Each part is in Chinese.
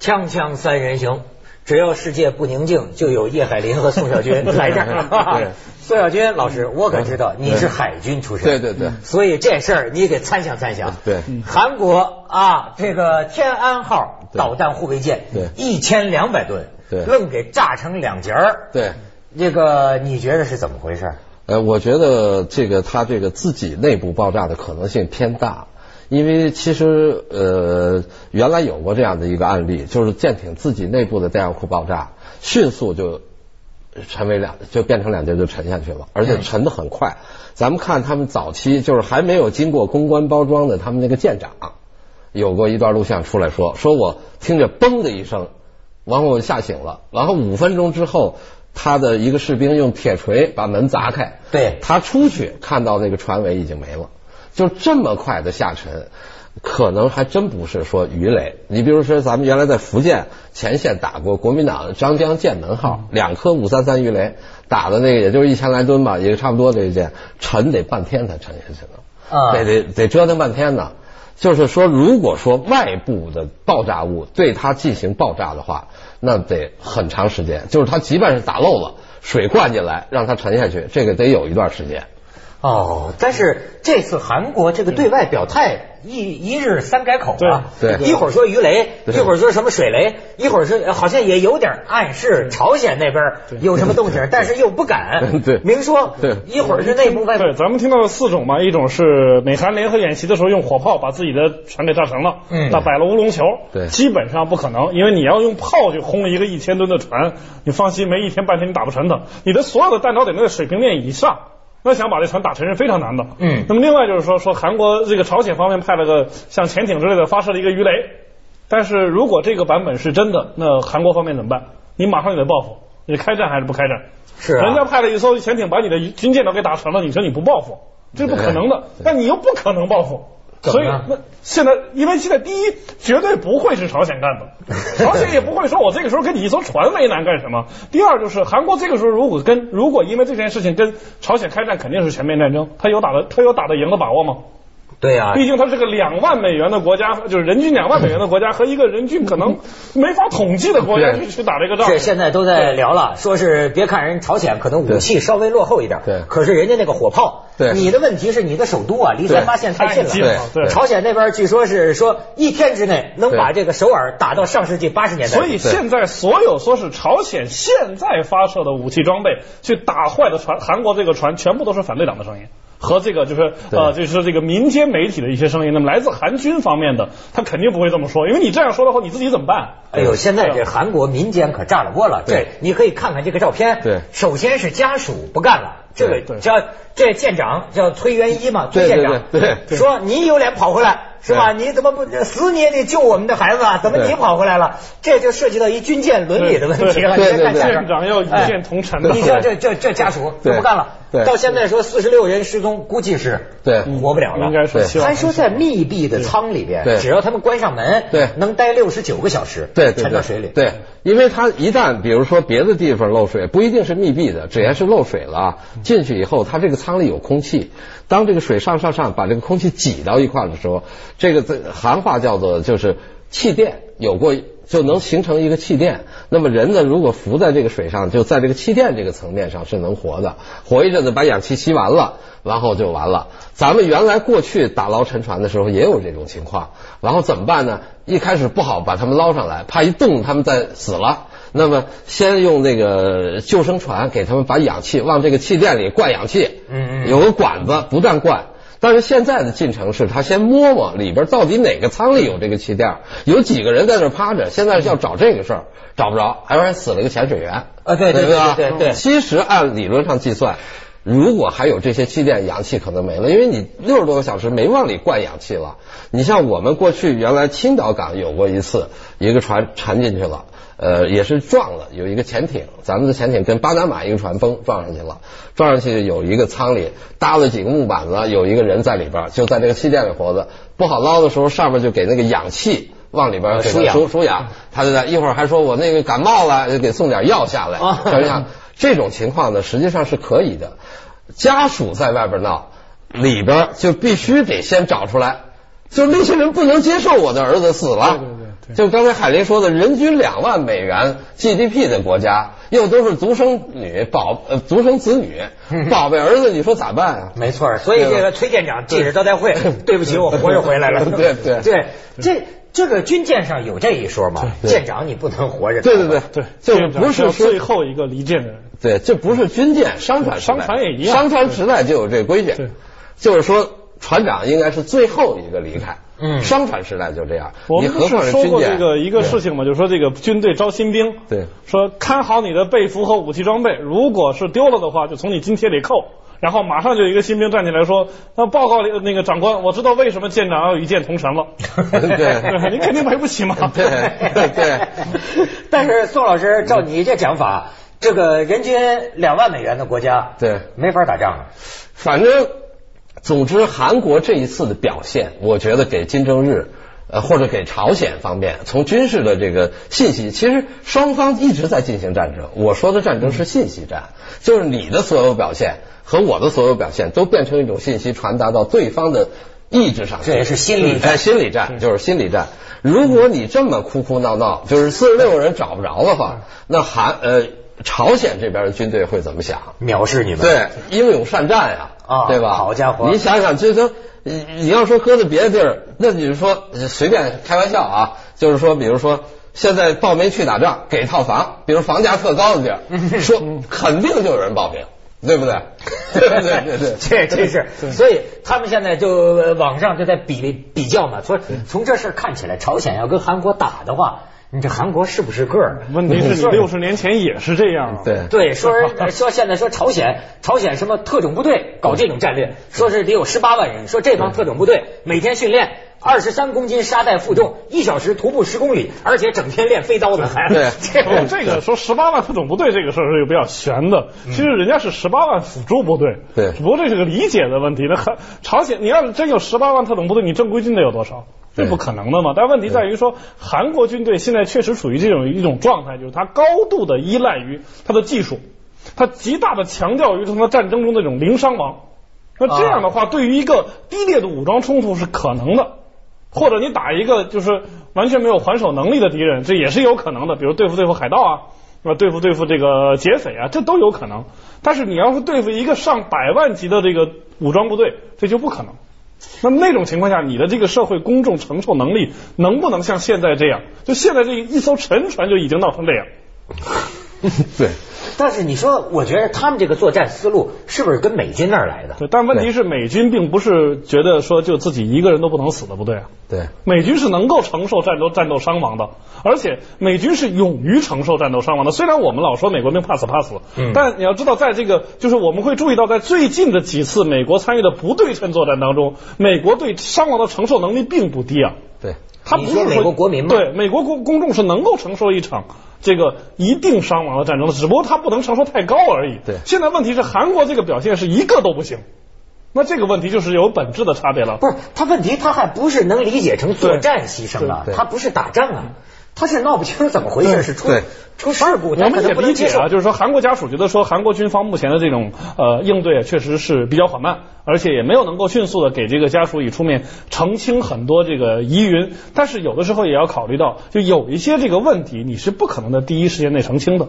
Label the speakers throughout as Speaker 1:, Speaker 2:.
Speaker 1: 锵锵三人行，只要世界不宁静，就有叶海林和宋小军来这儿
Speaker 2: 对。
Speaker 1: 宋小军老师，我可知道
Speaker 2: 嗯
Speaker 1: 你是海军出身，嗯
Speaker 2: 对对对
Speaker 1: 所以这事儿你得参详参详。
Speaker 2: 对
Speaker 1: 韩国啊，这个天安号
Speaker 2: 对
Speaker 1: 导弹护卫舰，
Speaker 2: 对
Speaker 1: 一千两百吨，
Speaker 2: 对
Speaker 1: 愣给炸成两截儿。
Speaker 2: 对，
Speaker 1: 这个你觉得是怎么回事？
Speaker 2: 呃，我觉得这个他这个自己内部爆炸的可能性偏大，因为其实呃原来有过这样的一个案例，就是舰艇自己内部的弹药库爆炸，迅速就成为两就变成两截就沉下去了，而
Speaker 1: 嗯
Speaker 2: 且沉得很快。咱们看他们早期就是还没有经过公关包装的他们那个舰长，有过一段录像出来说，说我听着嘣的一声，然后我吓醒了，然后五分钟之后，他的一个士兵用铁锤把门砸开，
Speaker 1: 对
Speaker 2: 他出去看到那个船尾已经没了，就这么快的下沉。可能还真不是说鱼雷，你比如说咱们原来在福建前线打过国民党张江剑门号，两颗五三三鱼雷打的那个也就是一千来吨吧，也差不多这一件，沉得半天才沉下去呢。
Speaker 1: 啊
Speaker 2: 得得得折腾半天呢。就是说，如果说外部的爆炸物对它进行爆炸的话，那得很长时间，就是它即便是打漏了，水灌进来让它沉下去，这个得有一段时间。
Speaker 1: 哦，但是这次韩国这个对外表态一一日三改口啊，
Speaker 2: 对对
Speaker 1: 一会儿说鱼雷，
Speaker 2: 对
Speaker 1: 一会儿说什么水雷，一会儿说呃好像也有点暗示朝鲜那边有什么动 静，但是又不敢，
Speaker 2: 对
Speaker 1: 明说
Speaker 2: 对，
Speaker 1: 一会儿是内部外部，
Speaker 3: 对，咱们听到了四种嘛，一种是美韩联合演习的时候用火炮把自己的船给炸沉了，
Speaker 1: 嗯
Speaker 3: 打摆了乌龙球，
Speaker 2: 对
Speaker 3: 基本上不可能，因为你要用炮去轰一个一千吨的船，你放心，没一天半天你打不沉它，你的所有的弹着得在水平面以上。那想把这船打沉是非常难的。
Speaker 1: 嗯
Speaker 3: 那么另外就是说，说韩国这个朝鲜方面派了个像潜艇之类的发射了一个鱼雷，但是如果这个版本是真的，那韩国方面怎么办？你马上就得报复，你开战还是不开战？
Speaker 1: 是啊
Speaker 3: 人家派了一艘潜艇把你的军舰都给打沉了，你说你不报复，这是不可能的。
Speaker 2: 对
Speaker 3: 但你又不可能报复，
Speaker 1: 怎
Speaker 3: 所
Speaker 1: 么
Speaker 3: 以
Speaker 1: 样
Speaker 3: 那现在，因为现在第一绝对不会是朝鲜干的， 朝鲜也不会说我这个时候跟你一艘船为难干什么。第二就是韩国这个时候如果跟如果因为这件事情跟朝鲜开战，肯定是全面战争，他有打的他有打得赢的把握吗？
Speaker 1: 对啊，
Speaker 3: 毕竟它是个两万美元的国家，就是人均两万美元的国家和一个人均可能没法统计的国家去
Speaker 2: 对
Speaker 3: 去打这个仗。
Speaker 1: 这现在都在聊了，说是别看人朝鲜可能武器稍微落后一点，
Speaker 2: 对
Speaker 1: 可是人家那个火炮，
Speaker 2: 对
Speaker 1: 你的问题是你的首都啊，离
Speaker 2: 对
Speaker 1: 三八线太近了，
Speaker 3: 太近了对
Speaker 1: 朝鲜那边据说是说一天之内能把这个首尔打到上世纪八十年代，
Speaker 3: 所以现在所有说是朝鲜现在发射的武器装备去打坏的船，韩国这个船全部都是反对党的声音。和这个就是
Speaker 2: 对
Speaker 3: 呃，就是这个民间媒体的一些声音。那么来自韩军方面的，他肯定不会这么说，因为你这样说的话，你自己怎么办？
Speaker 1: 哎呦，现在这韩国民间可炸了锅了。这
Speaker 2: 对
Speaker 1: 你可以看看这个照片。
Speaker 2: 对
Speaker 1: 首先是家属不干了，这
Speaker 2: 对
Speaker 1: 个叫这舰长叫崔元一嘛，崔
Speaker 2: 对
Speaker 1: 舰长
Speaker 2: 对对对
Speaker 1: 说你有脸跑回来是吧？
Speaker 2: 对
Speaker 1: 你怎么不死你也得救我们的孩子啊？怎么你
Speaker 2: 对
Speaker 1: 跑回来了？这就涉及到一军舰伦理的问题啊了。
Speaker 2: 对
Speaker 1: 你先看
Speaker 2: 对对
Speaker 1: 下边
Speaker 3: 舰长要与
Speaker 1: 哎
Speaker 3: 舰同沉的
Speaker 1: 你这这这这家属就
Speaker 2: 对
Speaker 1: 不干了。
Speaker 2: 对
Speaker 1: 到现在说四十六人失踪，估计是
Speaker 2: 对
Speaker 1: 活不了了。
Speaker 3: 嗯应该是
Speaker 2: 对
Speaker 3: 希望
Speaker 1: 还说在密闭的舱里边，
Speaker 2: 对
Speaker 1: 只要他们关上门，
Speaker 2: 对
Speaker 1: 能待六十九个小时，
Speaker 2: 对，对
Speaker 1: 沉到水里。
Speaker 2: 对，因为它一旦比如说别的地方漏水，不一定是密闭的，只要是漏水了啊，
Speaker 1: 嗯
Speaker 2: 进去以后，它这个舱里有空气，当这个水上上上把这个空气挤到一块儿的时候，这个在韩话叫做就是气垫，有过。就能形成一个气垫，那么人呢，如果浮在这个水上，就在这个气垫这个层面上是能活的，活一阵子把氧气吸完了，然后就完了。咱们原来过去打捞沉船的时候也有这种情况，然后怎么办呢？一开始不好把他们捞上来，怕一动他们再死了。那么先用那个救生船给他们把氧气往这个气垫里灌氧气，
Speaker 1: 嗯嗯
Speaker 2: 有个管子不断灌。但是现在的进程是，他先摸摸里边到底哪个舱里有这个气垫，有几个人在那趴着。现在是要找这个事儿，找不着，还有人死了一个潜水员。
Speaker 1: 啊对对
Speaker 2: 不啊
Speaker 1: 对对对
Speaker 2: 其实按理论上计算，如果还有这些气垫，氧气可能没了，因为你六十多个小时没往里灌氧气了。你像我们过去原来青岛港有过一次，一个船沉进去了。呃，也是撞了，有一个潜艇，咱们的潜艇跟巴拿马一个船崩撞上去了，撞上去有一个舱里搭了几个木板子，有一个人在里边儿，就在这个气垫里活着，不好捞的时候，上面就给那个氧气往里边
Speaker 1: 呃
Speaker 2: 儿给它
Speaker 1: 输氧
Speaker 2: 输输氧，他就在一会儿还说我那个感冒了，就给送点药下来。
Speaker 1: 啊
Speaker 2: 想想这种情况呢，实际上是可以的。家属在外边闹，里边就必须得先找出来，就那些人不能接受我的儿子死了，就刚才海林说的，人均两万美元 GDP 的国家，又都是独生女宝呃独生子 女，宝贝儿子，你说咋办啊？
Speaker 1: 没错儿，所以这个崔舰长记者招待 会，对不起，我活着回来了。
Speaker 2: 对对
Speaker 1: 对，这这个军舰上有这一说吗？
Speaker 2: 对
Speaker 1: 舰长你不能活着。
Speaker 2: 对对对
Speaker 3: 对，
Speaker 2: 就不
Speaker 3: 这
Speaker 2: 是
Speaker 3: 个
Speaker 2: 说
Speaker 3: 最后一个离间的人。
Speaker 2: 对，这不是军舰，商船时代
Speaker 3: 嗯商船也一样
Speaker 2: 商船时代就有这规矩
Speaker 3: 对，
Speaker 2: 就是说船长应该是最后一个离开。
Speaker 1: 嗯
Speaker 2: 商船时代就这样，
Speaker 3: 我
Speaker 2: 你
Speaker 3: 们
Speaker 2: 何
Speaker 3: 不
Speaker 2: 况
Speaker 3: 是
Speaker 2: 是
Speaker 3: 说
Speaker 2: 军
Speaker 3: 过这
Speaker 2: 舰？
Speaker 3: 个一个事情嘛，就是说这个军队招新兵，
Speaker 2: 对
Speaker 3: 说看好你的被服和武器装备，如果是丢了的话，就从你津贴里扣。然后马上就有一个新兵站起来说：“那报告那个长官，我知道为什么舰长要有一箭同神了，
Speaker 2: 对
Speaker 3: 你肯定赔不起嘛。”
Speaker 2: 对对对
Speaker 1: 但是宋老师，照你这讲法，这个人均两万美元的国家，
Speaker 2: 对
Speaker 1: 没法打仗了。
Speaker 2: 反正，总之，韩国这一次的表现，我觉得给金正日。呃，或者给朝鲜方面，从军事的这个信息，其实双方一直在进行战争。我说的战争是信息战，就是你的所有表现和我的所有表现都变成一种信息传达到对方的意志上去。
Speaker 1: 这也是心理战嗯
Speaker 2: 哎，心理战就是心理战。如果你这么哭哭闹闹，就是四十六个人找不着的话，那韩呃朝鲜这边的军队会怎么想？
Speaker 1: 藐视你们。
Speaker 2: 对，英勇善战呀、
Speaker 1: 啊
Speaker 2: 对吧？
Speaker 1: 好家伙
Speaker 2: 你想想，这都你你要说搁在别的地儿， 那你就说呃随便开玩笑啊，就是说，比如说。现在报名去打仗，给套房，比如房价特高的 地儿，说肯定就有人报名，对不对？对对 对对，
Speaker 1: 这这是，所以他们现在就呃网上就在比比较嘛，说从这事儿看起来，朝鲜要跟韩国打的话，你这韩国是不是个儿？
Speaker 3: 问题是你六十年前也是这样啊。
Speaker 2: 对
Speaker 1: 对，说人说现在说朝鲜，朝鲜什么特种部队搞这种战略，说是得有十八万人，说这帮特种部队每天训练二十三公斤沙袋负重，一小时徒步十公里，而且整天练飞刀呢，还
Speaker 2: 对嗯
Speaker 1: 这
Speaker 3: 哦，这个说十八万特种部队这个事儿是比较悬的，其实人家是十八万辅助部队，
Speaker 2: 对
Speaker 3: 只不过这是个理解的问题。那很朝鲜，你要是真有十八万特种部队，你正规军得有多少？这
Speaker 2: 对
Speaker 3: 不可能的嘛。但问题在于说，韩国军队现在确实处于这种一种状态，就是它高度的依赖于它的技术，它极大的强调于从它战争中的这种零伤亡。那这样的话，对于一个低劣的武装冲突是可能的。或者你打一个就是完全没有还手能力的敌人，这也是有可能的，比如对付对付海盗啊，呃，对付对付这个劫匪啊，这都有可能。但是你要是对付一个上百万级的这个武装部队，这就不可能。那么那种情况下，你的这个社会公众承受能力能不能像现在这样？就现在这一艘沉船就已经闹成这样，
Speaker 2: 对，
Speaker 1: 但是你说，我觉得他们这个作战思路是不是跟美军那儿来的？
Speaker 3: 对。但问题是，美军并不是觉得说就自己一个人都不能死的部队啊。
Speaker 2: 对，
Speaker 3: 美军是能够承受战斗战斗伤亡的，而且美军是勇于承受战斗伤亡的。虽然我们老说美国兵怕死怕死，
Speaker 1: 嗯
Speaker 3: 但你要知道，在这个就是我们会注意到，在最近的几次美国参与的不对称作战当中，美国对伤亡的承受能力并不低啊。
Speaker 2: 对，
Speaker 3: 他
Speaker 1: 你
Speaker 3: 不
Speaker 1: 说
Speaker 3: 是
Speaker 1: 美国国民吗
Speaker 3: 对，美国公公众是能够承受一场这个一定伤亡的战争的，只不过他不能承受太高而已。
Speaker 2: 对
Speaker 3: 现在问题是韩国这个表现是一个都不行，那这个问题就是有本质的差别了。
Speaker 1: 不是，他问题他还不是能理解成作战牺牲啊
Speaker 2: 对，对
Speaker 1: 他不是打仗啊，他是闹不清怎么回事，是出
Speaker 2: 对
Speaker 1: 出事故，
Speaker 3: 我
Speaker 1: 咱可
Speaker 3: 们也
Speaker 1: 能不
Speaker 3: 理
Speaker 1: 能
Speaker 3: 解
Speaker 1: 接受
Speaker 3: 啊，。就是说韩国家属觉得说韩国军方目前的这种呃应对啊，确实是比较缓慢，而且也没有能够迅速的给这个家属以出面澄清很多这个疑云。但是有的时候也要考虑到，就有一些这个问题你是不可能在第一时间内澄清的。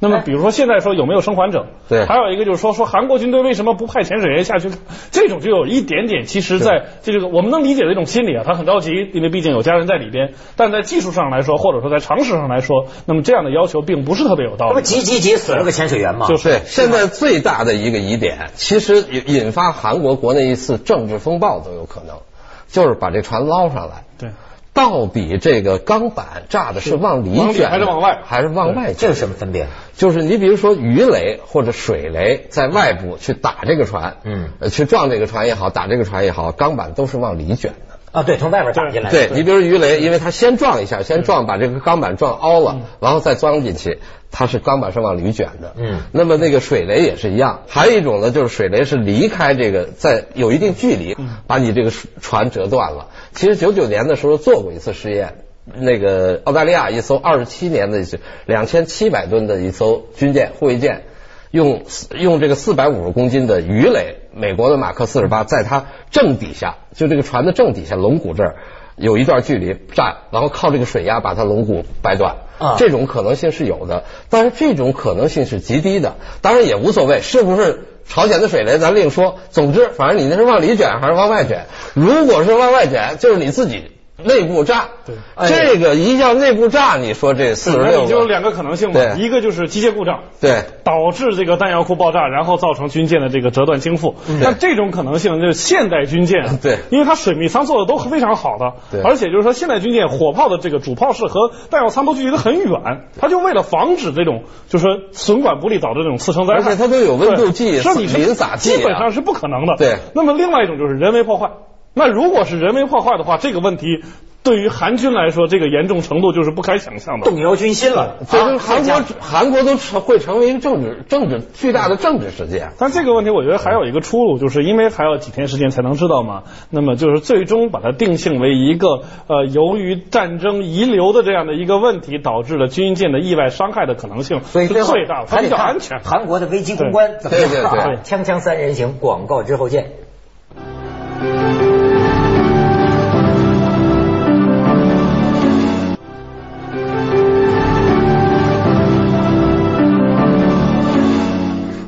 Speaker 3: 那
Speaker 1: 哎
Speaker 3: 么，比如说现在说有没有生还者？
Speaker 2: 对
Speaker 3: 还有一个就是说说韩国军队为什么不派潜水员下去？这种就有一点点，其实在这就是我们能理解的一种心理啊，他很着急，因为毕竟有家人在里边。但在技术上来说，或者说在常识上来说，那么这样的要求并不是特别有道
Speaker 1: 那不
Speaker 3: 理。
Speaker 1: 急急急死了个潜水员吗？
Speaker 3: 就是
Speaker 2: 对，现在最大的一个疑点，其实引引发韩国国内一次政治风暴都有可能，就是把这船捞上来。
Speaker 3: 对，
Speaker 2: 倒比这个钢板炸的是往里
Speaker 3: 往里
Speaker 2: 卷，
Speaker 3: 还是往外
Speaker 2: 还是往外
Speaker 1: 哎这
Speaker 2: 卷？
Speaker 1: 有什么分别？
Speaker 2: 就是你比如说鱼雷或者水雷在外部去打这个船，
Speaker 1: 嗯
Speaker 2: 呃，去撞这个船也好，打这个船也好，钢板都是往里卷的。
Speaker 1: 啊，对，从外边打进
Speaker 3: 哎
Speaker 1: 来。
Speaker 2: 对你比如鱼雷，因为它先撞一下，
Speaker 3: 嗯
Speaker 2: 先撞把这个钢板撞凹了，然后再钻进去，它是钢板是往里卷的。
Speaker 1: 嗯
Speaker 2: 那么那个水雷也是一样，还有一种呢，就是水雷是离开这个，在有一定距离，
Speaker 1: 嗯
Speaker 2: 把你这个船折断了。其实九九年的时候做过一次实验。那个澳大利亚一艘二十七年的两千七百吨的一艘军舰护卫舰，用用这个四百五十公斤的鱼雷，美国的马克四十八，在它正底下，就这个船的正底下龙骨这儿，有一段距离站，然后靠这个水压把它龙骨掰断。
Speaker 1: 啊
Speaker 2: 这种可能性是有的，但是这种可能性是极低的。当然也无所谓，是不是朝鲜的水雷咱另说。总之，反正你那是往里卷还是往外卷？如果是往外卷，就是你自己内部炸。
Speaker 3: 对
Speaker 2: 这个一叫内部炸，你说哎这四十
Speaker 3: 那
Speaker 2: 六
Speaker 3: 你就有两个可能性嘛，
Speaker 2: 对
Speaker 3: 一个就是机械故障。
Speaker 2: 对。
Speaker 3: 导致这个弹药库爆炸，然后造成军舰的这个折断倾覆。那这种可能性就是现代军舰啊，
Speaker 2: 嗯对
Speaker 3: 因为它水密舱做的都非常好的，
Speaker 2: 对
Speaker 3: 而且就是说现代军舰火炮的这个主炮室和弹药舱都距离得很远，它就为了防止这种就是说损管不力导致这种次生灾害，
Speaker 2: 而且它都有温度计
Speaker 3: 对说你是
Speaker 2: 淋洒剂啊
Speaker 3: 基本上是不可能的。
Speaker 2: 对
Speaker 3: 那么另外一种就是人为破坏。那如果是人为破坏的话，这个问题对于韩军来说，这个严重程度就是不堪想象的。
Speaker 1: 动摇军心了。
Speaker 2: 所以说
Speaker 1: 啊
Speaker 2: 韩国、韩国都嗯成会成为一个政治政治巨大的政治事件。
Speaker 3: 但这个问题，我觉得还有一个出路，就是因为还有几天时间才能知道嘛。那么就是最终把它定性为一个呃，由于战争遗留的这样的一个问题，导致了军舰的意外伤害的可能性
Speaker 1: 所以
Speaker 3: 是
Speaker 1: 最后
Speaker 3: 最大的，它
Speaker 1: 还
Speaker 3: 比
Speaker 1: 得
Speaker 3: 较
Speaker 1: 看
Speaker 3: 安全。
Speaker 1: 韩国的危机公关怎么
Speaker 2: 对
Speaker 1: 样
Speaker 2: 对对
Speaker 1: 啊？锵锵三人行，广告之后见。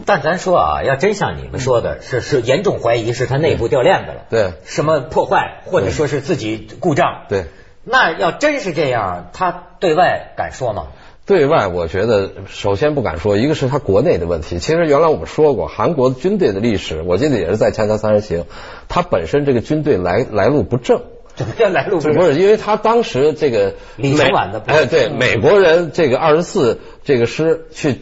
Speaker 1: 但咱说啊，要真像你们说的，是是严重怀疑是他内部掉链子了，
Speaker 2: 对
Speaker 1: 什么破坏或者说是自己故障，
Speaker 2: 对，
Speaker 1: 那要真是这样，他对外敢说吗？
Speaker 2: 对外，我觉得首先不敢说，一个是他国内的问题。其实原来我们说过，韩国军队的历史，我记得也是在《锵锵三人行》，它本身这个军队来来路不正。
Speaker 1: 怎么叫来路不
Speaker 2: 不
Speaker 1: 正？
Speaker 2: 是，因为他当时这个
Speaker 1: 李承晚的部
Speaker 2: 哎，对，美国人这个二十四这个师去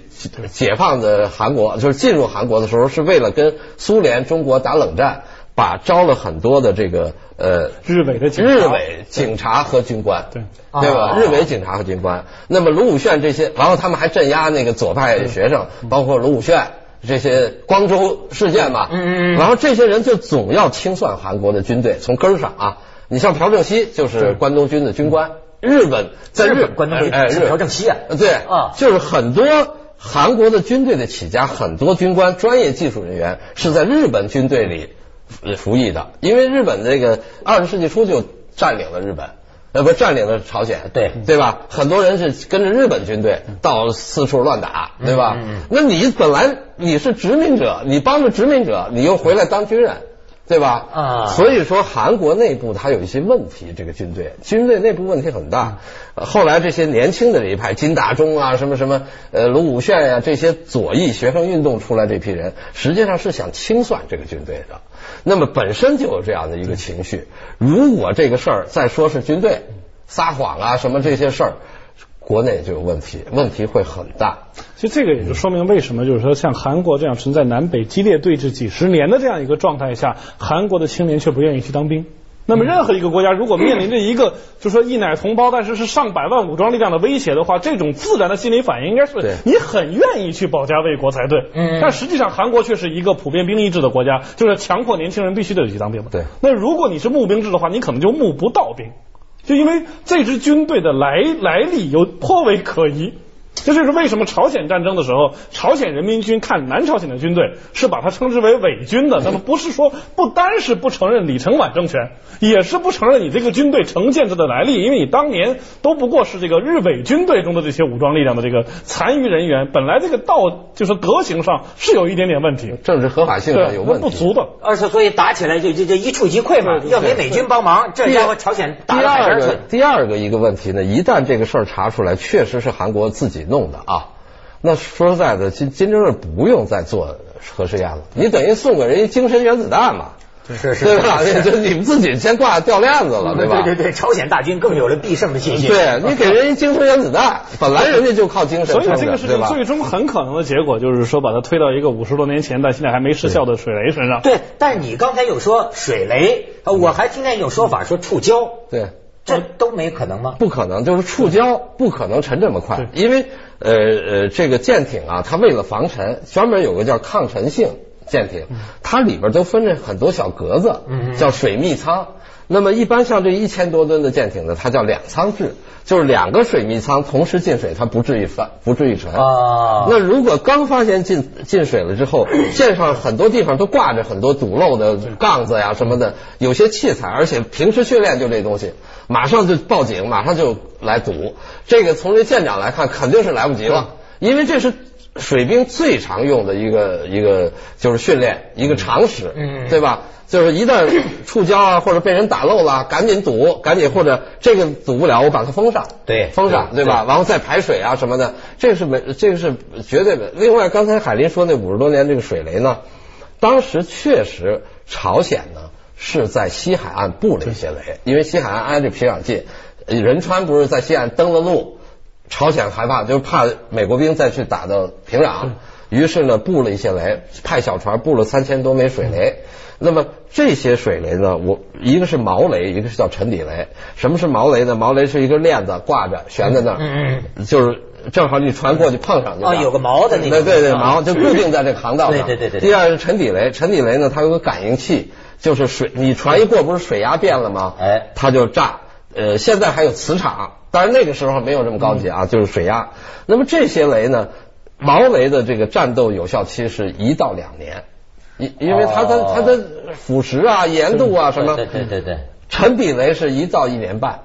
Speaker 2: 解放的韩国，就是进入韩国的时候，是为了跟苏联、中国打冷战，把招了很多的这个呃
Speaker 3: 日伪的警察
Speaker 2: 日伪警察和军官，
Speaker 3: 对
Speaker 2: 对吧？
Speaker 1: 啊
Speaker 2: 日伪警察和军官，那么卢武铉这些，然后他们还镇压那个左派
Speaker 1: 嗯
Speaker 2: 学生，包括卢武铉。这些光州事件嘛，
Speaker 1: 嗯嗯嗯
Speaker 2: 然后这些人就总要清算韩国的军队，从根儿上啊。你像朴正熙就是关东军的军官，日本在
Speaker 1: 日本关东军
Speaker 2: 哎哎
Speaker 1: 是
Speaker 2: 日
Speaker 1: 朴正熙啊
Speaker 2: 呃对
Speaker 1: 啊
Speaker 2: 就是很多韩国的军队的起家，很多军官、专业技术人员是在日本军队里呃服役的，因为日本这个二十世纪初就占领了日本。呃，不，占领了朝鲜，
Speaker 1: 对
Speaker 2: 对吧？很多人是跟着日本军队到四处乱打，对吧？
Speaker 1: 嗯嗯嗯
Speaker 2: 那你本来你是殖民者，你帮着殖民者，你又回来当军人，对吧？
Speaker 1: 啊
Speaker 2: 所以说韩国内部它有一些问题，这个军队军队内部问题很大。呃后来这些年轻的这一派，金大中啊，什么什么呃卢武铉呀、这些左翼学生运动出来这批人，实际上是想清算这个军队的。那么本身就有这样的一个情绪，如果这个事儿再说是军队嗯撒谎啊什么这些事儿，国内就有问题，问题会很大。
Speaker 3: 其实这个也就说明为什么，就是说像韩国这样存在南北激烈对峙几十年的这样一个状态下，韩国的青年却不愿意去当兵。那么，任何一个国家如果面临着一个，就说一奶同胞，但是是上百万武装力量的威胁的话，这种自然的心理反应应该是
Speaker 2: 对
Speaker 3: 你很愿意去保家卫国才对。
Speaker 1: 嗯
Speaker 3: 但实际上，韩国却是一个普遍兵役制的国家，就是强迫年轻人必须得去当兵嘛。
Speaker 2: 对
Speaker 3: 那如果你是募兵制的话，你可能就募不到兵，就因为这支军队的来来历有颇为可疑。这就是为什么朝鲜战争的时候，朝鲜人民军看南朝鲜的军队是把它称之为伪军的。那么不是说不单是不承认李承晚政权，也是不承认你这个军队成建制的来历，因为你当年都不过是这个日伪军队中的这些武装力量的这个残余人员，本来这个道就是德行上是有一点点问题，
Speaker 2: 政治合法性上
Speaker 3: 对
Speaker 2: 有，问
Speaker 3: 不
Speaker 2: 题。
Speaker 3: 足的。
Speaker 1: 而且呃所以打起来就就就一触即溃嘛，要没美军帮忙，这家伙朝鲜打
Speaker 2: 第
Speaker 1: 了海
Speaker 2: 二
Speaker 1: 边
Speaker 2: 个
Speaker 1: 去。
Speaker 2: 第二个一个问题呢，一旦这个事儿查出来，确实是韩国自己弄的啊。那说实在的，金金正日不用再做核试验了，你等于送给人一精神原子弹嘛，
Speaker 1: 是是嗯
Speaker 2: 对吧？就你们自己先挂掉链子了，对吧？
Speaker 1: 对对，朝鲜大军更有了必胜的信心。
Speaker 2: 对你给人一精神原子弹，本来人家就靠精神
Speaker 3: 所以
Speaker 2: 撑
Speaker 3: 这
Speaker 2: 着，
Speaker 3: 个事
Speaker 2: 对
Speaker 3: 情
Speaker 2: 吧？
Speaker 3: 最终很可能的结果就是说，把它推到一个五十多年前但现在还没失效的水雷身上。
Speaker 1: 对，但是你刚才有说水雷，呃
Speaker 2: 嗯
Speaker 1: 我还听见有说法说触礁，
Speaker 2: 对。
Speaker 1: 这都没可能吗？嗯
Speaker 2: 不可能，就是触礁不可能沉这么快，因为呃呃，这个舰艇啊，它为了防沉，专门有个叫抗沉性舰艇，它里边都分着很多小格子
Speaker 1: 嗯，
Speaker 2: 叫水密舱。那么一般像这一千多吨的舰艇呢，它叫两舱制，就是两个水密舱同时进水，它不至于翻，不至于沉。
Speaker 1: 啊
Speaker 2: 那如果刚发现进进水了之后， 舰上很多地方都挂着很多堵漏的杠子呀什么的，有些器材，而且平时训练就这东西，马上就报警，马上就来堵。这个从这舰长来看，肯定是来不及了，因为这是。水兵最常用的一个一个就是训练一个常识，
Speaker 1: 嗯
Speaker 2: 对吧？就是一旦触礁啊，或者被人打漏了，赶紧堵，赶紧或者这个堵不了，我把它封上，
Speaker 1: 对
Speaker 2: 封上，对吧？然后再排水啊什么的，这个是没，这个是绝对没。另外，刚才海林说那五十多年这个水雷呢，当时确实朝鲜呢是在西海岸布了一些雷，因为西海岸挨着平壤近，呃仁川不是在西岸登了陆，朝鲜害怕，就是怕美国兵再去打到平壤，于是呢布了一些雷，派小船布了三千多枚水雷。那么这些水雷呢，我一个是毛雷，一个是叫沉底雷。什么是毛雷呢？毛雷是一根链子挂着悬在那儿，
Speaker 1: 嗯
Speaker 2: 就是正好你船过去碰上就完
Speaker 1: 哦有个毛的那个
Speaker 2: 对对对，
Speaker 1: 啊
Speaker 2: 毛就固定在这个航道上。
Speaker 1: 对对对对
Speaker 2: 第二是沉底雷，沉底雷呢，它有个感应器，就是水，你船一过，不是水压变了吗？
Speaker 1: 哎
Speaker 2: 它就炸。呃，现在还有磁场，当然那个时候没有这么高级啊，
Speaker 1: 嗯
Speaker 2: 就是水压。那么这些雷呢，毛雷的这个战斗有效期是一到两年，因因为它的
Speaker 1: 哦
Speaker 2: 它的腐蚀啊、盐度啊什么，嗯
Speaker 1: 对对对对，
Speaker 2: 沉底雷是一到一年半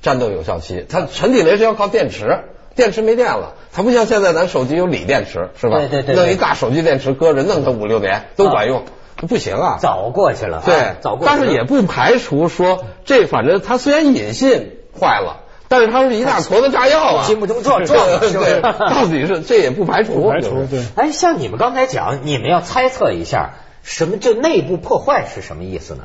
Speaker 2: 战斗有效期，它沉底雷是要靠电池，电池没电了，它不像现在咱手机有锂电池是吧？
Speaker 1: 对对对对
Speaker 2: 弄一大手机电池搁着，弄它五六年都管用，不行啊。
Speaker 1: 早过去了，
Speaker 2: 对
Speaker 1: 啊，早过去
Speaker 2: 但
Speaker 1: 了，
Speaker 2: 是也不排除说这反正它虽然引信坏了，但是它是一大坨子炸药啊，
Speaker 1: 心目中撞撞 了，是不
Speaker 2: 对，
Speaker 1: 是？
Speaker 2: 到底是这也不排除，
Speaker 3: 排除对。
Speaker 1: 哎，像你们刚才讲，你们要猜测一下，什么就内部破坏是什么意思呢？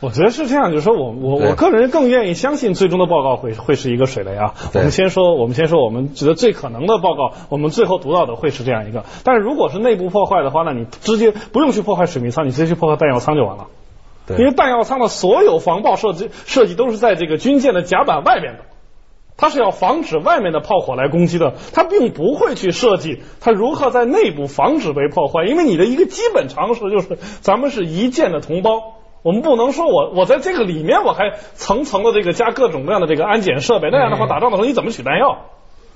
Speaker 3: 我觉得是这样，就是说我我
Speaker 2: 对
Speaker 3: 我个人更愿意相信最终的报告会会是一个水雷啊。
Speaker 2: 对
Speaker 3: 我们先说，我们先说我们觉得最可能的报告，我们最后读到的会是这样一个。但是如果是内部破坏的话，那你直接不用去破坏水密舱，你直接去破坏弹药舱就完了。
Speaker 2: 对
Speaker 3: 因为弹药舱的所有防爆设计设计都是在这个军舰的甲板外面的，它是要防止外面的炮火来攻击的，它并不会去设计它如何在内部防止被破坏，因为你的一个基本常识就是咱们是一舰的同胞。我们不能说我我在这个里面我还层层的这个加各种各样的这个安检设备，那样的话打仗的时候你怎么取弹药？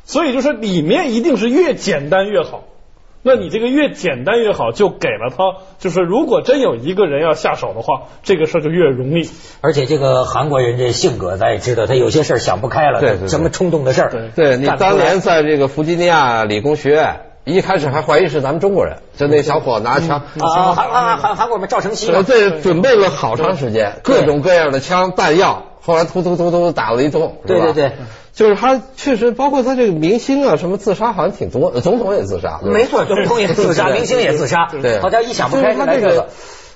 Speaker 3: 所以就是里面一定是越简单越好。那你这个越简单越好，就给了他，就是如果真有一个人要下手的话，这个事儿就越容易。
Speaker 1: 而且这个韩国人这性格，咱也知道，他有些事儿想不开了，
Speaker 2: 对对对
Speaker 1: 什么冲动的事儿
Speaker 3: 对，
Speaker 2: 对你
Speaker 1: 干不出来
Speaker 2: 当年在这个弗吉尼亚理工学院，一开始还怀疑是咱们中国人，就那小伙拿枪。
Speaker 1: 啊，韩韩韩韩国人赵成熙嘛
Speaker 2: 我，这准备了好长时间，
Speaker 1: 对
Speaker 2: 各种各样的枪弹药，后来突突突突打了一通，是
Speaker 1: 对
Speaker 2: 吧
Speaker 1: 对对，
Speaker 2: 就是他确实，包括他这个明星啊，什么自杀好像挺
Speaker 1: 嗯
Speaker 2: 多，总统也自杀，对吧
Speaker 1: 没错，总统也自杀，
Speaker 2: 对
Speaker 1: 明星也自杀，
Speaker 2: 对，
Speaker 1: 好像一想不开
Speaker 2: 就是
Speaker 1: 就
Speaker 2: 他
Speaker 1: 来
Speaker 2: 这
Speaker 1: 这
Speaker 2: 个
Speaker 1: 个。。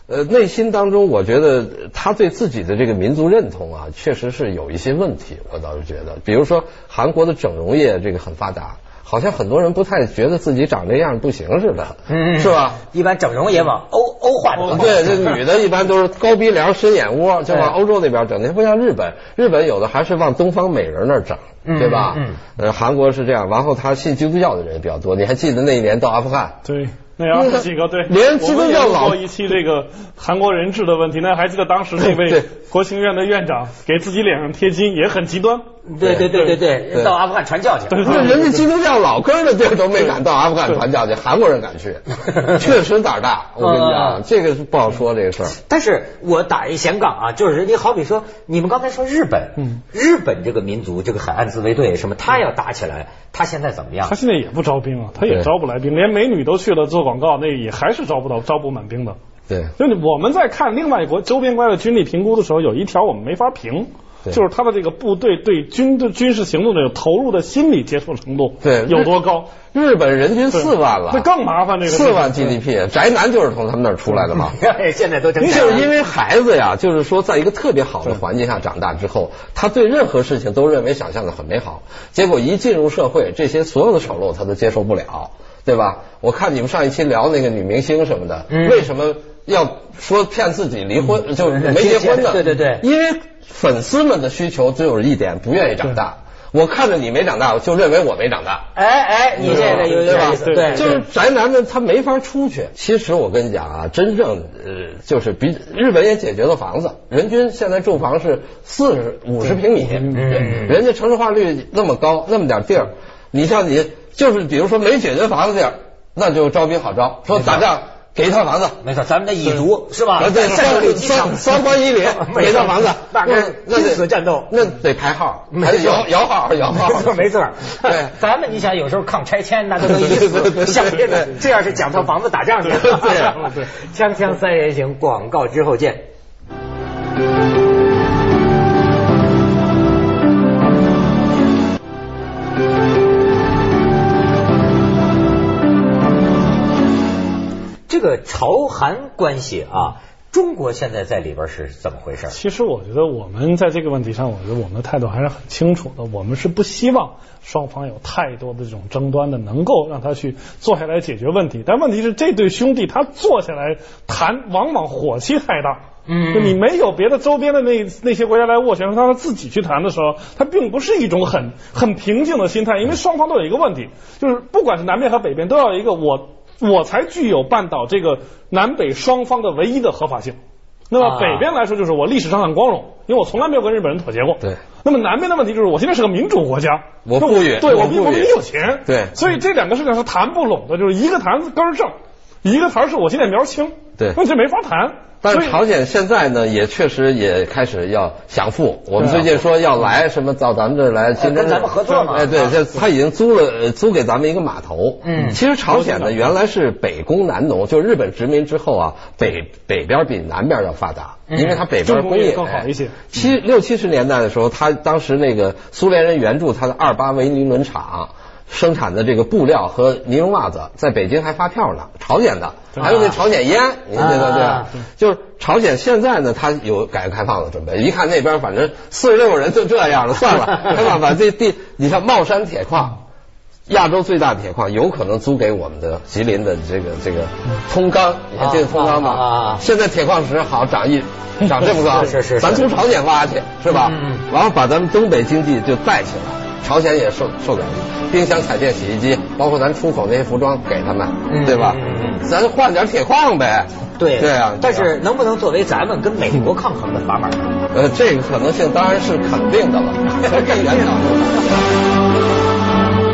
Speaker 2: 呃，内心当中，我觉得呃他对自己的这个民族认同啊，确实是有一些问题。我倒是觉得，比如说韩国的整容业这个很发达，好像很多人不太觉得自己长这样不行似的，
Speaker 1: 嗯，
Speaker 2: 是吧？？
Speaker 1: 一般整容也往欧欧化的方向
Speaker 2: 哦 对，这女的一般都是高鼻梁、深眼窝，就往
Speaker 1: 对
Speaker 2: 欧洲那边整，那不像日本，日本有的还是往东方美人那儿整，
Speaker 1: 嗯
Speaker 2: 对吧？
Speaker 1: 嗯
Speaker 2: 呃，韩国是这样，然后他信基督教的人也比较多。你还记得那一年到阿富汗，
Speaker 3: 对，那要是几个对，
Speaker 2: 连基督教老
Speaker 3: 我们也录过一期这个韩国人质的问题，那还记得当时那
Speaker 2: 对
Speaker 3: 位国情院的院长给自己脸上贴金，也很极端。
Speaker 1: 对对对对对，
Speaker 2: 对
Speaker 1: 到阿富汗传教去。
Speaker 3: 对
Speaker 2: 不是人家基督教老根儿的地儿都没敢到阿富汗传教去，韩国人敢 去，确实胆儿大。我跟你
Speaker 1: 嗯嗯嗯
Speaker 2: 讲，这个是不好说这个事儿。
Speaker 1: 但是我打一闲杠啊，就是你好比说，你们刚才说日本，
Speaker 3: 嗯
Speaker 1: 日本这个民族，这个海岸自卫队什么，他要打起来，他现在怎么样
Speaker 3: 他？现在也不招兵了，他也
Speaker 2: 对
Speaker 3: 招不来兵，连美女都去了做广告，那也还是招不到，招不满兵的。
Speaker 2: 对，
Speaker 3: 就是我们在看另外一国周边国家的军力评估的时候，有一条我们没法评，
Speaker 2: 对
Speaker 3: 就是他的这个部队对军的军事行动的投入的心理接受程度
Speaker 2: 对
Speaker 3: 有多高，
Speaker 2: 日本人均四万了，
Speaker 3: 那更麻烦这个
Speaker 2: 四万 GDP，宅男就是从他们那儿出来的嘛。
Speaker 1: 现在都成这
Speaker 2: 就
Speaker 1: 样
Speaker 2: 是因为孩子呀，就是说，在一个特别好的环境下长大之后，他对任何事情都认为想象的很美好，结果一进入社会，这些所有的丑陋他都接受不了，对吧？我看你们上一期聊那个女明星什么的，
Speaker 1: 嗯
Speaker 2: 为什么要说骗自己离婚，就是没结婚呢？
Speaker 1: 对对对
Speaker 2: 因为粉丝们的需求只有一点，不愿意长大。我看着你没长大，我就认为我没长大。
Speaker 1: 哎哎，你这个有有点意思，
Speaker 3: 对吧
Speaker 1: 对，
Speaker 2: 就是宅男们他没法出去。其实我跟你讲啊，真正呃，就是比日本也解决了房子，人均现在住房是四十五十平米，
Speaker 1: 嗯
Speaker 2: 人家城市化率那么高，那么点地儿，你像你就是比如说没解决房子地儿，那就招兵好招，说打仗给一套房子。
Speaker 1: 没错，咱们的以毒是吧？
Speaker 2: 对，
Speaker 1: 啊战略机
Speaker 2: 三
Speaker 1: 场
Speaker 2: 三 环以里给一套房子，
Speaker 1: 嗯那是
Speaker 2: 那
Speaker 1: 拼死战斗。
Speaker 2: 那得排号，
Speaker 1: 没
Speaker 2: 还得
Speaker 1: 错
Speaker 2: 摇摇号，摇号
Speaker 1: 没，错 没错，
Speaker 2: 对
Speaker 1: 咱们你想有时候抗拆迁那都能一
Speaker 2: 对
Speaker 1: 死，
Speaker 2: 对对对
Speaker 1: 像这个
Speaker 2: 对
Speaker 1: 这要是讲到房子打仗去，
Speaker 2: 对
Speaker 3: 对
Speaker 1: 锵锵三人行广告之后见。这个朝韩关系啊，中国现在在里边是怎么回事？
Speaker 3: 其实我觉得我们在这个问题上，我觉得我们的态度还是很清楚的。我们是不希望双方有太多的这种争端的，能够让他去坐下来解决问题。但问题是，这对兄弟他坐下来谈，往往火气太大。
Speaker 1: 嗯
Speaker 3: 就你没有别的周边的那那些国家来斡旋，他们自己去谈的时候，他并不是一种很很平静的心态，因为双方都有一个问题，就是不管是南边和北边，都要有一个我我才具有半岛这个南北双方的唯一的合法性。那么
Speaker 1: 啊
Speaker 3: 北边来说，就是我历史上很光荣，因为我从来没有跟日本人妥协过。
Speaker 2: 对。
Speaker 3: 那么南边的问题就是，我现在是个民主国家，
Speaker 2: 我
Speaker 3: 那
Speaker 2: 富裕
Speaker 3: 对
Speaker 2: 我
Speaker 3: 我比
Speaker 2: 富
Speaker 3: 我比
Speaker 2: 裕
Speaker 3: 你有钱，
Speaker 2: 对
Speaker 3: 所以这两个事情是谈不拢的，就是一个谈根儿正，一个谈是我现在苗青，
Speaker 2: 对
Speaker 3: 那这没法谈。
Speaker 2: 但
Speaker 3: 所
Speaker 2: 是
Speaker 3: 以
Speaker 2: 朝鲜现在呢，也确实也开始要享富。我们最近说要来什么到咱们这儿来，今天
Speaker 1: 跟咱们合作嘛
Speaker 2: 哎，对，这他已经租了呃租给咱们一个码头。
Speaker 1: 嗯
Speaker 2: 其实朝鲜呢，原来是北工南农，就日本殖民之后啊，北北边比南边要发达，
Speaker 1: 嗯
Speaker 2: 因为它北边
Speaker 3: 重
Speaker 2: 工
Speaker 3: 工
Speaker 2: 业
Speaker 3: 业更好一些
Speaker 2: 哎七六七十年代的时候，他当时那个苏联人援助他的二八维尼伦厂。生产的这个布料和尼龙袜子，在北京还发票呢，朝鲜的，还有那朝鲜烟，您觉得对吧
Speaker 1: 啊？
Speaker 2: 就是朝鲜现在呢，它有改革开放的准备。一看那边，反正四十六个人就这样了，算了，开放把这地，你像茂山铁矿，亚洲最大铁矿，有可能租给我们的吉林的这个这个通钢，你看这个通钢
Speaker 1: 啊啊啊啊
Speaker 2: 吧，现在铁矿石好涨一涨这么高，
Speaker 1: 是是是
Speaker 2: 咱从朝鲜挖去是吧
Speaker 1: 嗯嗯？
Speaker 2: 然后把咱们东北经济就带起来。朝鲜也受受感激，冰箱、彩电、洗衣机，包括咱出口那些服装给他
Speaker 1: 嗯
Speaker 2: 们，对吧
Speaker 1: 嗯嗯？
Speaker 2: 咱换点铁矿呗。
Speaker 1: 对
Speaker 2: 对啊，
Speaker 1: 但是能不能作为咱们跟美国抗衡的砝码？
Speaker 2: 呃，这个可能性当然是肯定的了，这更严重。